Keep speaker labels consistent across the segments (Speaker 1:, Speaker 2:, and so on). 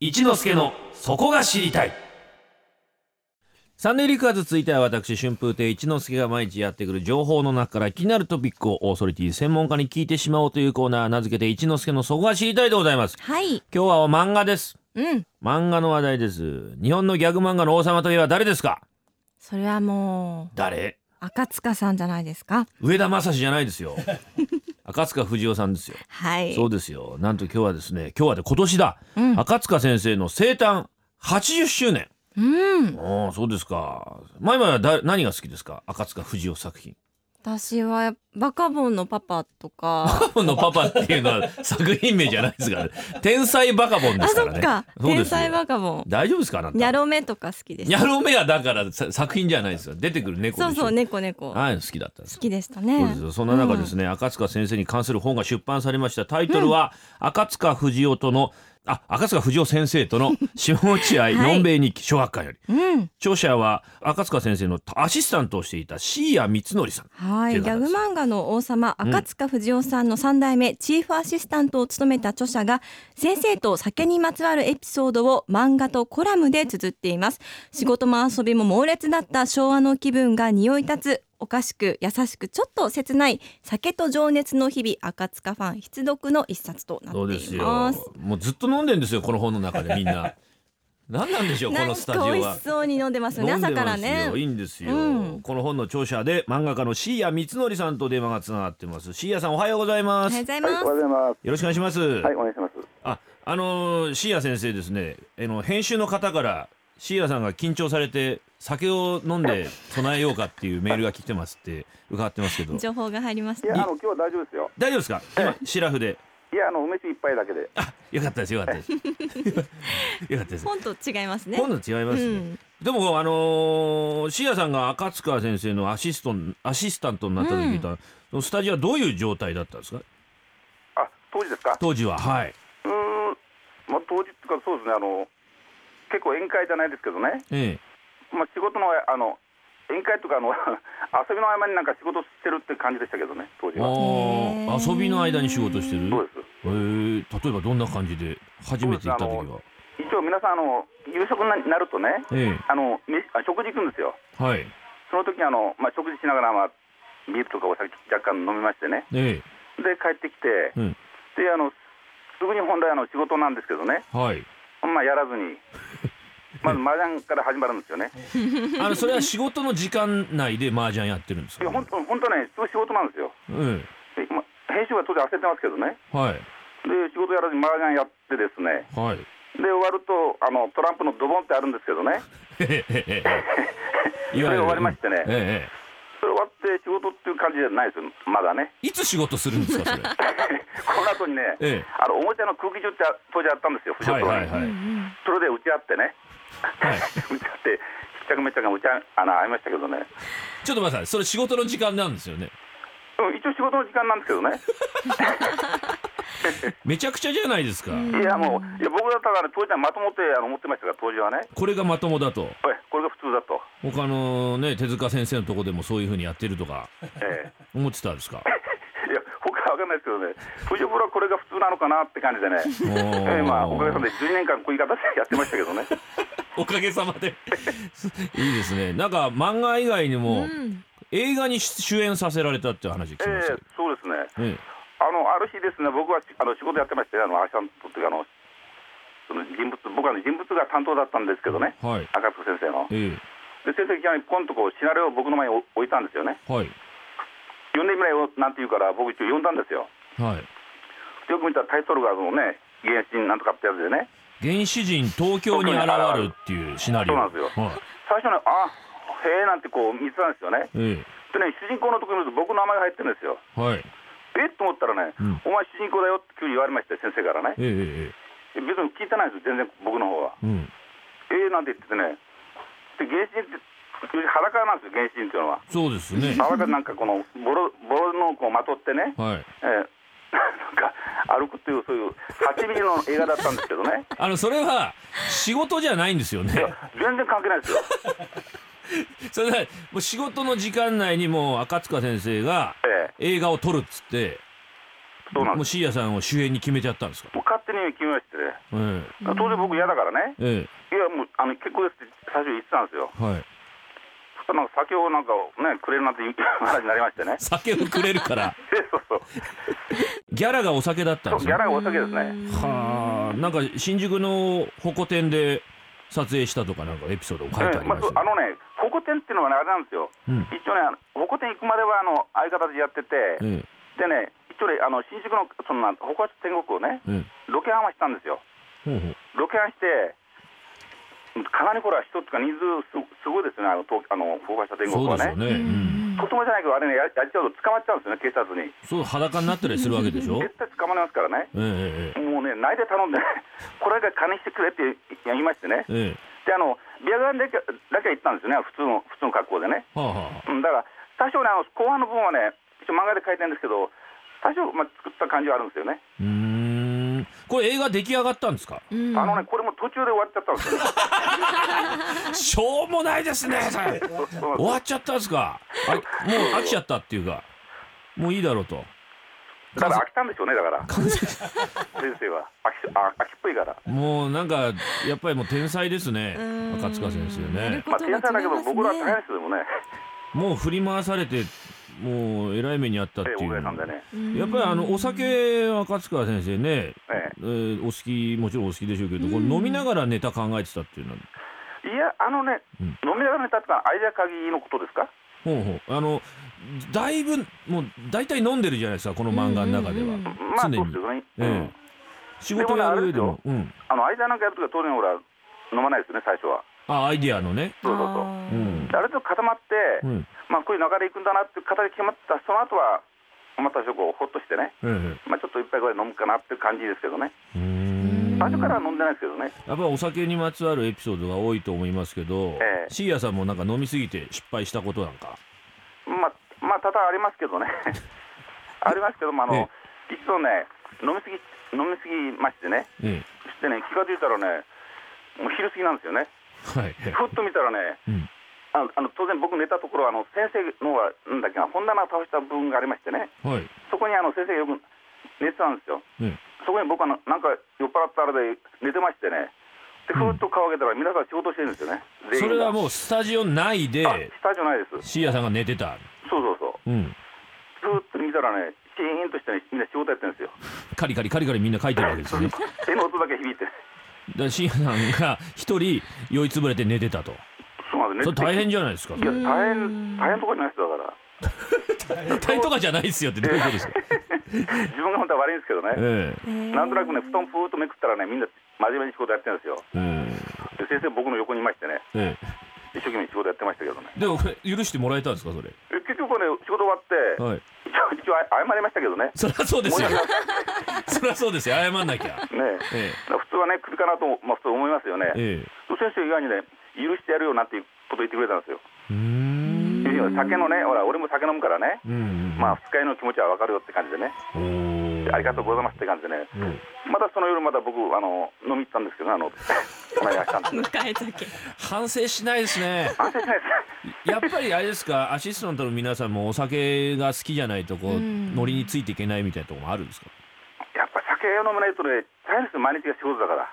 Speaker 1: 一之助のそこが知りたいサンデーリクアーズ続いては私春風亭一之輔が毎日やってくる情報の中から気になるトピックをオーソリティ専門家に聞いてしまおうというコーナー名付けて一之輔のそこが知りたいでございます
Speaker 2: はい。
Speaker 1: 今日は漫画です
Speaker 2: うん。
Speaker 1: 漫画の話題です日本のギャグ漫画の王様といえば誰ですか
Speaker 2: それはも
Speaker 1: 誰
Speaker 2: う、赤塚さんじゃないですか。
Speaker 1: 上田正史じゃないです よ赤塚不二夫さんですよ
Speaker 2: はい。
Speaker 1: そうですよなんと今日はですね今日はで今年だ、
Speaker 2: うん
Speaker 1: 赤塚先生の生誕80周年
Speaker 2: うん。
Speaker 1: ああそうですか前々はだ何が好きですか赤塚不二夫作品
Speaker 2: 私は、バカボンのパパと
Speaker 1: バ
Speaker 2: か、
Speaker 1: カボンのパパっていうの は作品名じゃないですから、ね、天才バカボ ンで
Speaker 2: あ、
Speaker 1: すか
Speaker 2: そ
Speaker 1: ら
Speaker 2: っ
Speaker 1: ね
Speaker 2: か。
Speaker 1: そうで
Speaker 2: 天
Speaker 1: すよ
Speaker 2: 才バカボン。
Speaker 1: 大丈夫ですかあなた
Speaker 2: ニャロメとか好きです
Speaker 1: ニ。ャロメはだからさ作品じゃないですよ出てくる猫でし
Speaker 2: そ
Speaker 1: ょ
Speaker 2: うそう、猫猫。好
Speaker 1: はい好きだったんです
Speaker 2: きでした
Speaker 1: そう
Speaker 2: ね
Speaker 1: です。よそんな中ですね、赤塚先生に関する本が出版されましたタイトルは「赤塚不二夫とのあ赤塚不二夫先生 との下落合のんべい日記小学館より」
Speaker 2: うん。
Speaker 1: 著者は赤塚先生のアシスタントをしていた椎谷光則さん
Speaker 2: は
Speaker 1: ってい
Speaker 2: い、
Speaker 1: う
Speaker 2: ギ
Speaker 1: 方
Speaker 2: ャ
Speaker 1: で
Speaker 2: グ
Speaker 1: す
Speaker 2: 漫画の王様、赤塚不二夫さんの3代目、チーフアシスタントを務めた著者が先生と酒にまつわるエピソードを漫画とコラムで綴っています仕事も遊びも猛烈だった昭和の気分が匂い立つおかしく優しくちょっと切ない酒と情熱の日々赤塚ファン必読の一冊とな
Speaker 1: そう
Speaker 2: っ
Speaker 1: で
Speaker 2: て
Speaker 1: す
Speaker 2: い
Speaker 1: よ
Speaker 2: ます
Speaker 1: もうずっと飲んでんですよこの本の中でみん な何なんでしょうこ
Speaker 2: なん
Speaker 1: のスタジ
Speaker 2: か
Speaker 1: オ
Speaker 2: 美味
Speaker 1: は
Speaker 2: し。そうに飲んでますよね
Speaker 1: 飲んで
Speaker 2: 朝
Speaker 1: ますよ
Speaker 2: からね
Speaker 1: いいんですよ、
Speaker 2: うん
Speaker 1: この本の著者で漫画家の椎谷光則さんと電話がつながってます椎谷さんおはようござい
Speaker 2: お
Speaker 1: ま
Speaker 2: はよう
Speaker 1: す
Speaker 2: ござい
Speaker 3: はい、
Speaker 2: ま
Speaker 3: お
Speaker 2: す
Speaker 3: はようございます。
Speaker 1: よろしくお願いします
Speaker 3: はい、お願いします。
Speaker 1: あ、あのー、椎谷先生ですね。あの編集の方から椎谷さんが緊張されて酒を飲んで唱えようかっていうメールが来てますって伺ってますけど。
Speaker 2: 情報が入りまし
Speaker 3: いや、
Speaker 2: た
Speaker 3: あの、今日は大丈夫ですよ。
Speaker 1: 大丈夫ですか？今シラフで。
Speaker 3: いや、あの、梅酒一杯だけで。
Speaker 1: あ、よかったです。よかった です。よかったです。
Speaker 2: 本と違いますね
Speaker 1: 今度違いますね。
Speaker 2: うん
Speaker 1: でもあのー、椎谷さんが赤塚先生のアシストンアシスタントになった時と、そのスタジオはどういう状態だったんですか？
Speaker 3: あ、当時ですか。
Speaker 1: 当時ははい。
Speaker 3: うーん、まあ、当時っていうか、そうですね、あの。結構宴会じゃないですけどね。
Speaker 1: ええ。
Speaker 3: まあ、仕事の、あの。宴会とか、あの。 遊びの合間になんか仕事してるって感じでしたけどね、当時
Speaker 1: あ
Speaker 3: は。
Speaker 1: あー、遊びの間に仕事してる。
Speaker 3: そうで
Speaker 1: え
Speaker 3: す。
Speaker 1: ー、例えばどんな感じで初めて行った時
Speaker 3: そうです
Speaker 1: は、
Speaker 3: 一応、皆さん、あの、夕食になるとね。
Speaker 1: え
Speaker 3: あの、め、あ食事行くんですよ。
Speaker 1: えはい、
Speaker 3: その時、あの、まあ、食事しながら、まあ。ビールとかお酒若干飲みましてね。
Speaker 1: え
Speaker 3: で、帰ってきて。
Speaker 1: えうん、
Speaker 3: で、あの。すぐに本来、あの、仕事なんですけどね。
Speaker 1: はい。
Speaker 3: まあやら ずに、まず麻雀から始まるんですよね。
Speaker 1: あのそれは仕事の時間内で麻雀やってるんです
Speaker 3: い
Speaker 1: か、
Speaker 3: や本当本当ね、すごい仕事なんですよ。
Speaker 1: え
Speaker 3: でま編集は当然焦ってますけどね。
Speaker 1: えはい、
Speaker 3: で仕事やらずに麻雀やってですね。
Speaker 1: はい。
Speaker 3: で終わるとあのトランプのドボンってあるんですけどね。
Speaker 1: へへへへ
Speaker 3: それが終わりましてね
Speaker 1: うんええ
Speaker 3: それ終わって仕事っていう感じじゃないですよ。ま だね。
Speaker 1: ええいつ仕事するんですか、それ。
Speaker 3: この後にね、
Speaker 1: ええ
Speaker 3: あのおもちゃの空気銃ってあ当時あったんですよ。 不祥
Speaker 1: はい
Speaker 3: と
Speaker 1: はいはい。
Speaker 2: うんうん
Speaker 3: それで打ち合ってね。
Speaker 1: はい、
Speaker 3: 打ち合って。ひっちゃくめっちゃく打ち合いあの合いましたけどね。
Speaker 1: ちょっと待ってください、それ仕事の時間なんですよね。
Speaker 3: うん一応仕事の時間なんですけどね。
Speaker 1: めちゃくちゃじゃないですか。
Speaker 2: ん
Speaker 3: いやもういや僕だったから、ね、当時はまともってあの持ってましたから当時はね。
Speaker 1: これがまともだと、
Speaker 3: はいこれが普通だと。
Speaker 1: 他のね、手塚先生のとこでもそういうふうにやってるとか
Speaker 3: ええ
Speaker 1: 思ってたんですか。
Speaker 3: いや、他は分かんないですけどね、藤原はこれが普通なのかなって感 じでね、
Speaker 1: おー
Speaker 3: ええ まあ、おかげさまで12年間、こういう形でやってましたけ どね、
Speaker 1: おかげさまで いいですねなんか漫画以外にも、
Speaker 2: うん
Speaker 1: 映画に主演させられたっていう話聞きました
Speaker 3: ええ
Speaker 1: けど、
Speaker 3: そうです
Speaker 1: え
Speaker 3: ね、あのある日ですね、僕はあの仕事やってまして、あのアシャントっていうかあの、その人物、僕はね人物が担当だったんですけどね、
Speaker 1: えはい
Speaker 3: 赤塚先生の。
Speaker 1: え
Speaker 3: で、先生がにポンとこうシナリオを僕の前に置いたんですよね、
Speaker 1: えはい
Speaker 3: 読んでみなよなんて言うから、僕、一応読んだんですよ。
Speaker 1: はい
Speaker 3: よく見たらタイトルが、そのね、原神なんとかってやつでね、
Speaker 1: 原始人東京に現るっていうシナリオ
Speaker 3: そうなんです
Speaker 1: はい
Speaker 3: 最初ね、あへえなんてこう見てたんですよね。
Speaker 1: え
Speaker 3: でね、主人公のところに僕の名前が入ってるんですよ。
Speaker 1: えはい
Speaker 3: えっと思ったらね、
Speaker 1: うん
Speaker 3: お前主人公だよって急に言われまして、先生からね。
Speaker 1: えええ
Speaker 3: 別に聞いてないですよ、全然僕の方は。
Speaker 1: えうん
Speaker 3: えー、なんて言っててね。で、原神って、裸なんですよ、原神っていうのは。
Speaker 1: そうですね
Speaker 3: 裸でなんかこの、ボロ、ボロのこうまとってね、
Speaker 1: はい
Speaker 3: え ーなんか歩くっていう、そういう8ミリの映画だったんですけどね。
Speaker 1: あのそれは仕事じゃないんですよね
Speaker 3: いや、全然関係ないですよ。
Speaker 1: それはもう仕事の時間内にもう赤塚先生が
Speaker 3: ええ
Speaker 1: 映画を撮るっつって
Speaker 3: そうなん
Speaker 1: もう
Speaker 3: です
Speaker 1: 椎谷さんを主演に決めちゃったんですか。
Speaker 3: もう勝手に決めましてね
Speaker 1: え
Speaker 3: 当然僕嫌だからね
Speaker 1: ええ
Speaker 3: いやもうあの結構ですって最初言ってたんですよ
Speaker 1: えはい。
Speaker 3: そしたらなんか酒をなんかねくれるなんていう話になりまして ね
Speaker 1: 酒をくれるから
Speaker 3: でそうそう
Speaker 1: ギャラがお酒だったん
Speaker 3: そう
Speaker 1: です
Speaker 3: ギャ
Speaker 1: よ。
Speaker 3: ラがお酒ですね
Speaker 1: はあなんか新宿のホコ天で撮影したとかなんかエピソードを書いてあ
Speaker 3: ええ
Speaker 1: り
Speaker 3: ま
Speaker 1: ま
Speaker 3: あ、
Speaker 1: し
Speaker 3: そう
Speaker 1: た
Speaker 3: あ
Speaker 1: ね。
Speaker 3: のね、保護店っていうのはね、あれなんですよ、
Speaker 1: うん
Speaker 3: 一応ね、あの保護店行くまではあの相方でやって
Speaker 1: え
Speaker 3: て、でね、一応ね、あの新宿のそのなん保護天国をね、
Speaker 1: えええ
Speaker 3: ロケハンはしたんですよ、
Speaker 1: ほうほう
Speaker 3: ロケハンして、かなりこれは人とか人数す、すごいですね、あの東あの保護者天国
Speaker 1: そう
Speaker 3: は
Speaker 1: ですよ
Speaker 3: ね。
Speaker 1: ね。うん。
Speaker 3: とてもじゃないけど、あれね、ややっちゃうと捕まっちゃうんですよね、警察に。
Speaker 1: そう裸になったりするわけで しょ。え
Speaker 3: 絶対捕まりますからね、
Speaker 1: ええ
Speaker 3: もうね、泣いて頼んでね、 これだけ金してくれって言いましてね
Speaker 1: え、ええ
Speaker 3: であのビアガーデンだけだけは行ったんですよね、普通の普通の格好でね。
Speaker 1: はあはあ。
Speaker 3: うん、だから多少ねあの後半の部分はね一応漫画で書いてるんですけど多少、まあ、作った感じはあるんですよね、
Speaker 1: うーん。これ映画出来上がったんですか。
Speaker 2: うん
Speaker 3: あのねこれも途中で終わっちゃったんですよ、ね、
Speaker 1: しょうもないですね。それ終わっちゃったんですか。あもう飽きちゃったっていうか、もういいだろうと。
Speaker 3: だから飽きたんでしょうねだから先生は飽きあ飽きっぽいから、
Speaker 1: もうなんかやっぱりもう天才ですね
Speaker 2: うん
Speaker 1: 赤塚先生
Speaker 2: やる
Speaker 1: ね
Speaker 2: こ
Speaker 3: まあ、
Speaker 2: と
Speaker 3: 天
Speaker 2: が
Speaker 3: 才だ
Speaker 2: 違
Speaker 3: け
Speaker 2: いま
Speaker 3: ど
Speaker 2: すね
Speaker 3: 僕らは大変ですよでもね
Speaker 1: もう振り回されてもうえらい目にあったって
Speaker 3: ええ
Speaker 1: い
Speaker 3: 大
Speaker 1: う
Speaker 3: 家さんでね、
Speaker 1: やっぱりあのお酒は赤塚先生ね、
Speaker 3: え
Speaker 1: えーお好きもちろんお好きでしょうけどこれ飲みながらネタ考えてたっていうのは
Speaker 3: え、いやあのね、
Speaker 1: うん
Speaker 3: 飲みながらネタってのはアイデア鍵のことですか
Speaker 1: ほうほうあのだいぶもう大体飲んでるじゃないですかこの漫画の中では、
Speaker 2: うんうんうん
Speaker 3: まあそう
Speaker 1: 常
Speaker 3: です
Speaker 1: に、
Speaker 3: よね、
Speaker 1: ええ
Speaker 3: うん、
Speaker 1: 仕事やる上でもうん、
Speaker 3: あのアイデアなんかやるときは当然ほら飲まないですよね最初は
Speaker 1: あアイデアのね、
Speaker 3: そうそうそう
Speaker 1: う
Speaker 2: あー
Speaker 1: ん
Speaker 3: である程度固まって、
Speaker 1: うん
Speaker 3: まあ、こういう流れいくんだなっていう形で決まったその後はまたちょっとこうほっとしてね
Speaker 1: ええ
Speaker 3: まあ、ちょっと一杯ぐらい飲むかなっていう感じですけどね、
Speaker 1: うーん
Speaker 3: 最初からは飲んでないですけどね、
Speaker 1: やっぱりお酒にまつわるエピソードが多いと思いますけど、
Speaker 3: ええ
Speaker 1: シーヤさんもなんか飲みすぎて失敗したことなんか、
Speaker 3: まあ、まあ、多々ありますけどね、 ありますけども、あの一度ね、飲みすぎ、飲みすぎましてね、
Speaker 1: え
Speaker 3: そしてね、気が付いたらね、もう昼過ぎなんですよね、
Speaker 1: え、はい、
Speaker 3: ふっと見たらね、
Speaker 1: うん、
Speaker 3: あのあの当然、僕寝たところ、あの先生のは、なんだっけな、本棚を倒した部分がありましてね、
Speaker 1: はい、
Speaker 3: そこにあの先生がよく寝てたんですよ、
Speaker 1: ええ
Speaker 3: そこに僕はななんか酔っ払ったあれで寝てましてね、でふっと顔上げたら、皆さん仕事してるんですよね、全員
Speaker 1: それは
Speaker 3: が
Speaker 1: もうスタジオ内で
Speaker 3: あ下じゃないです。
Speaker 1: シーヤさんが寝てた、
Speaker 3: そうそうそう。
Speaker 1: うん、
Speaker 3: ずーっと見たらね、シーンとしてね、みんな仕事やってる んですよ。
Speaker 1: カリカリカリカリみんな書いてるわけですよね。
Speaker 3: 手の音だけ響いて。
Speaker 1: だからシーヤさんが一人酔いつぶれて寝てたと、
Speaker 3: そうなんです
Speaker 1: それ
Speaker 3: ね。
Speaker 1: 大変じゃないですか。
Speaker 3: いや、大変、大変とかじゃないですよだから。
Speaker 1: 大変とかじゃないですよってどういうことですか。
Speaker 3: 自分が本当は悪いんですけどね。
Speaker 1: ええ
Speaker 2: えー
Speaker 3: なんとなくね、布団ぷーっとめくったらね、みんな真面目に仕事やってるんですよ。
Speaker 1: え
Speaker 3: で先生、僕の横にいましてね、
Speaker 1: ええ
Speaker 3: 一生懸命仕事やってましたけどね。
Speaker 1: えでもこれ許してもらえたんですかそれ。
Speaker 3: え結局ね、仕事終わって、
Speaker 1: はい。
Speaker 3: 一応、一応謝りましたけどね。
Speaker 1: そりゃそうですよ
Speaker 3: 申し。
Speaker 1: そりゃそうですよ。謝んなきゃ。
Speaker 3: ね
Speaker 1: え
Speaker 3: えだから普通はね、来るかなと、まあ、普通思いますよね
Speaker 1: え。ええ。
Speaker 3: 先生以外にね、許してやるよなんていうこと言ってくれたんですよ。
Speaker 1: うーん。
Speaker 3: いや酒のね、ほら、俺も酒飲むからね。
Speaker 1: うんうん。
Speaker 3: まあ、二日酔いの気持ちは分かるよって感じでね、
Speaker 1: おー
Speaker 3: ありがとうございますって感じでね、
Speaker 1: うん
Speaker 3: またその夜、また僕、あの飲み行ったんですけどね、あの、 まあ、やしたんです。
Speaker 2: 迎え酒
Speaker 1: 反省しないですね。
Speaker 3: 反省しないです。
Speaker 1: やっぱりあれですか、アシスタントの皆さんもお酒が好きじゃないとこう、
Speaker 2: うん
Speaker 1: ノリについていけないみたいなところもあるんですか。
Speaker 3: やっぱ酒飲まないとね、大変ですよ、毎日が仕事だから。
Speaker 1: は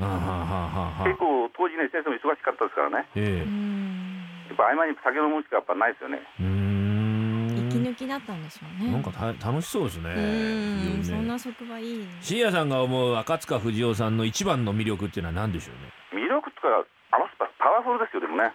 Speaker 1: あはあはあは
Speaker 3: 結
Speaker 1: あ。
Speaker 3: 構、当時ね、先生も忙しかったですからね、
Speaker 1: え
Speaker 2: う
Speaker 1: え。
Speaker 2: ん
Speaker 3: やっぱ合間に酒飲むしかやっぱないですよね。
Speaker 1: うー
Speaker 2: 息
Speaker 1: ん。
Speaker 2: 抜きだったんでしょうね
Speaker 1: なんかた楽しそうですね。
Speaker 2: う
Speaker 1: 非
Speaker 2: んそ
Speaker 1: 常に
Speaker 2: ん
Speaker 1: ね
Speaker 2: な職場いいね
Speaker 1: 椎谷さんが思う赤塚不二夫さんの一番の魅力っていうのは何でしょうね。
Speaker 3: 魅力とか、あのスパパワフルですよ、でもね、
Speaker 1: あ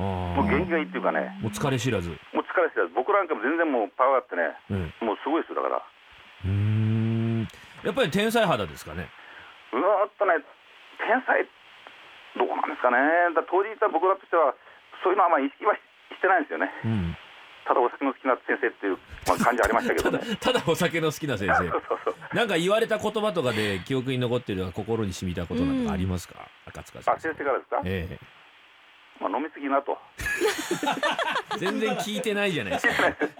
Speaker 1: あ。
Speaker 3: もう元気がいいっていうかね、
Speaker 1: もう疲れ知らず。
Speaker 3: もう疲れてた僕なんかも全然もうパワーあってね、
Speaker 1: うん。
Speaker 3: もうすごいですよ、だから。
Speaker 1: うーん。やっぱり天才肌ですかね。
Speaker 3: うわーっとね、天才、どうなんですかね、だ当時いた僕らとしては、そういうのはあんまり意識はししてないんですよね、
Speaker 1: うん。
Speaker 3: ただお酒の好きな先生っていう、まあ、感じありましたけ
Speaker 1: た
Speaker 3: ど
Speaker 1: だ
Speaker 3: ね、
Speaker 1: ただお酒の好きな先 生。
Speaker 3: そうそうそう
Speaker 1: なんか言われた言葉とかで記憶に残ってるのは心に染みたことなんかありますか、赤塚さん
Speaker 3: あ。先生からですか、
Speaker 1: ええ
Speaker 3: まあ、飲みすぎなと、
Speaker 1: 全然聞いてないじゃないですか。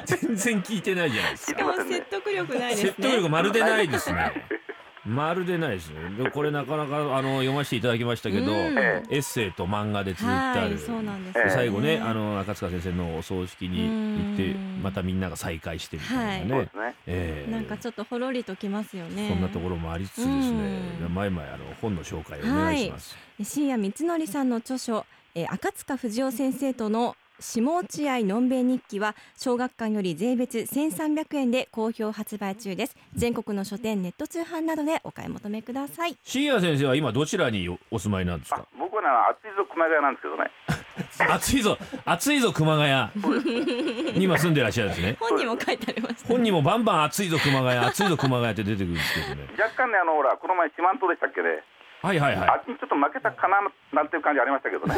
Speaker 1: 全然聞いてないじゃないです
Speaker 2: で
Speaker 1: か。
Speaker 2: も説得力ないですね
Speaker 1: 説得力まるでないですね。まるでないですねでもこれなかなかあの読ませていただきましたけど、
Speaker 2: うん
Speaker 1: エッセイと漫画で続いてあ
Speaker 2: はい、
Speaker 1: る
Speaker 2: そうなんです、
Speaker 3: え
Speaker 1: で
Speaker 3: え
Speaker 1: 最後ね、あの赤塚先生のお葬式に行って
Speaker 2: うん
Speaker 1: またみんなが再会してみたいなね、
Speaker 3: そうですね。
Speaker 1: ええ
Speaker 2: なんかちょっとほろりときますよね。
Speaker 1: そんなところもありつつですね、
Speaker 2: うん
Speaker 1: 前々あの本の紹介をお願いします、
Speaker 2: 深夜光則さんの著書、えー、赤塚不二夫先生との下落合のんべい日記は小学館より税別1300円で好評発売中です全国の書店ネット通販などでお買い求めください
Speaker 1: 深夜先生は今どちらにおお住まいなんです
Speaker 3: あ
Speaker 1: か、
Speaker 3: 僕はね、暑いぞ熊谷なんですけどね。
Speaker 1: 暑い ぞ暑いぞ熊谷に今住んでらっしゃるんですね
Speaker 2: 本にも書いてありました
Speaker 1: 本にもバンバン暑いぞ熊谷暑いぞ熊谷って出てくるんですけどね
Speaker 3: 若干ね、あの、ほら、この前四万十でしたっけね。
Speaker 1: はいはいはい
Speaker 3: あっちにちょっと負けたかな、なんていう感じありましたけど ね。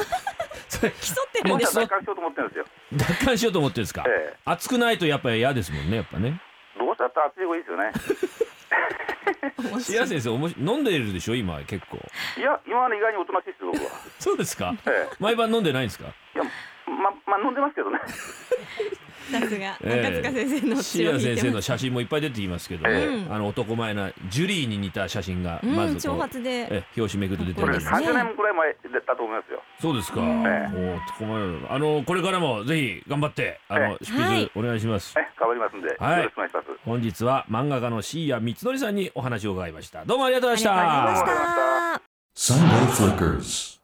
Speaker 1: それ
Speaker 2: 競ってる
Speaker 1: も
Speaker 2: ん
Speaker 1: う
Speaker 2: で
Speaker 3: じゃ
Speaker 2: す
Speaker 3: あ奪還しようと思ってるんですよ。
Speaker 1: 奪還しようと思ってるんですか、
Speaker 3: ええ
Speaker 1: 暑くないとやっぱり嫌ですもんねやっぱね
Speaker 3: どうせだったら暑い方がいいですよね。
Speaker 2: 面
Speaker 1: 深夜
Speaker 2: 白い
Speaker 1: 先生おもし飲んでるでしょ今結構
Speaker 3: いや、今はね、意外におとなしいですよ、僕は。
Speaker 1: そうですか
Speaker 3: ええ
Speaker 1: 毎晩飲んでないんですか
Speaker 3: いや、ま、まあ、飲んでますけどね。
Speaker 2: さすが
Speaker 1: ええ
Speaker 2: 赤塚先生の
Speaker 1: シ
Speaker 2: 血
Speaker 1: ア
Speaker 2: を引い
Speaker 1: 先生
Speaker 2: てま
Speaker 1: の
Speaker 2: す
Speaker 1: 写真もいっぱい出てきますけどね、
Speaker 3: え
Speaker 2: え
Speaker 1: あの男前なジュリーに似た写真が
Speaker 2: うん
Speaker 1: まずこう、
Speaker 2: 挑発で
Speaker 1: え表紙めくって出て
Speaker 3: こ
Speaker 1: るん
Speaker 3: れ
Speaker 1: です
Speaker 2: かっこいい
Speaker 3: 30年くらい前だったと思いますよ。
Speaker 1: そうですか、
Speaker 2: え
Speaker 1: お男前なのあのこれからもぜひ頑張ってあの
Speaker 3: え
Speaker 1: 執筆お願いします、
Speaker 3: え、変わりますんで、よ
Speaker 1: はい
Speaker 3: ろしくお願いします。
Speaker 1: 本日は漫画家の椎谷光則さんにお話を伺いましたどうもありがとうございまし
Speaker 2: ありがとうござい
Speaker 1: た
Speaker 2: ました
Speaker 4: Sunday Flickers.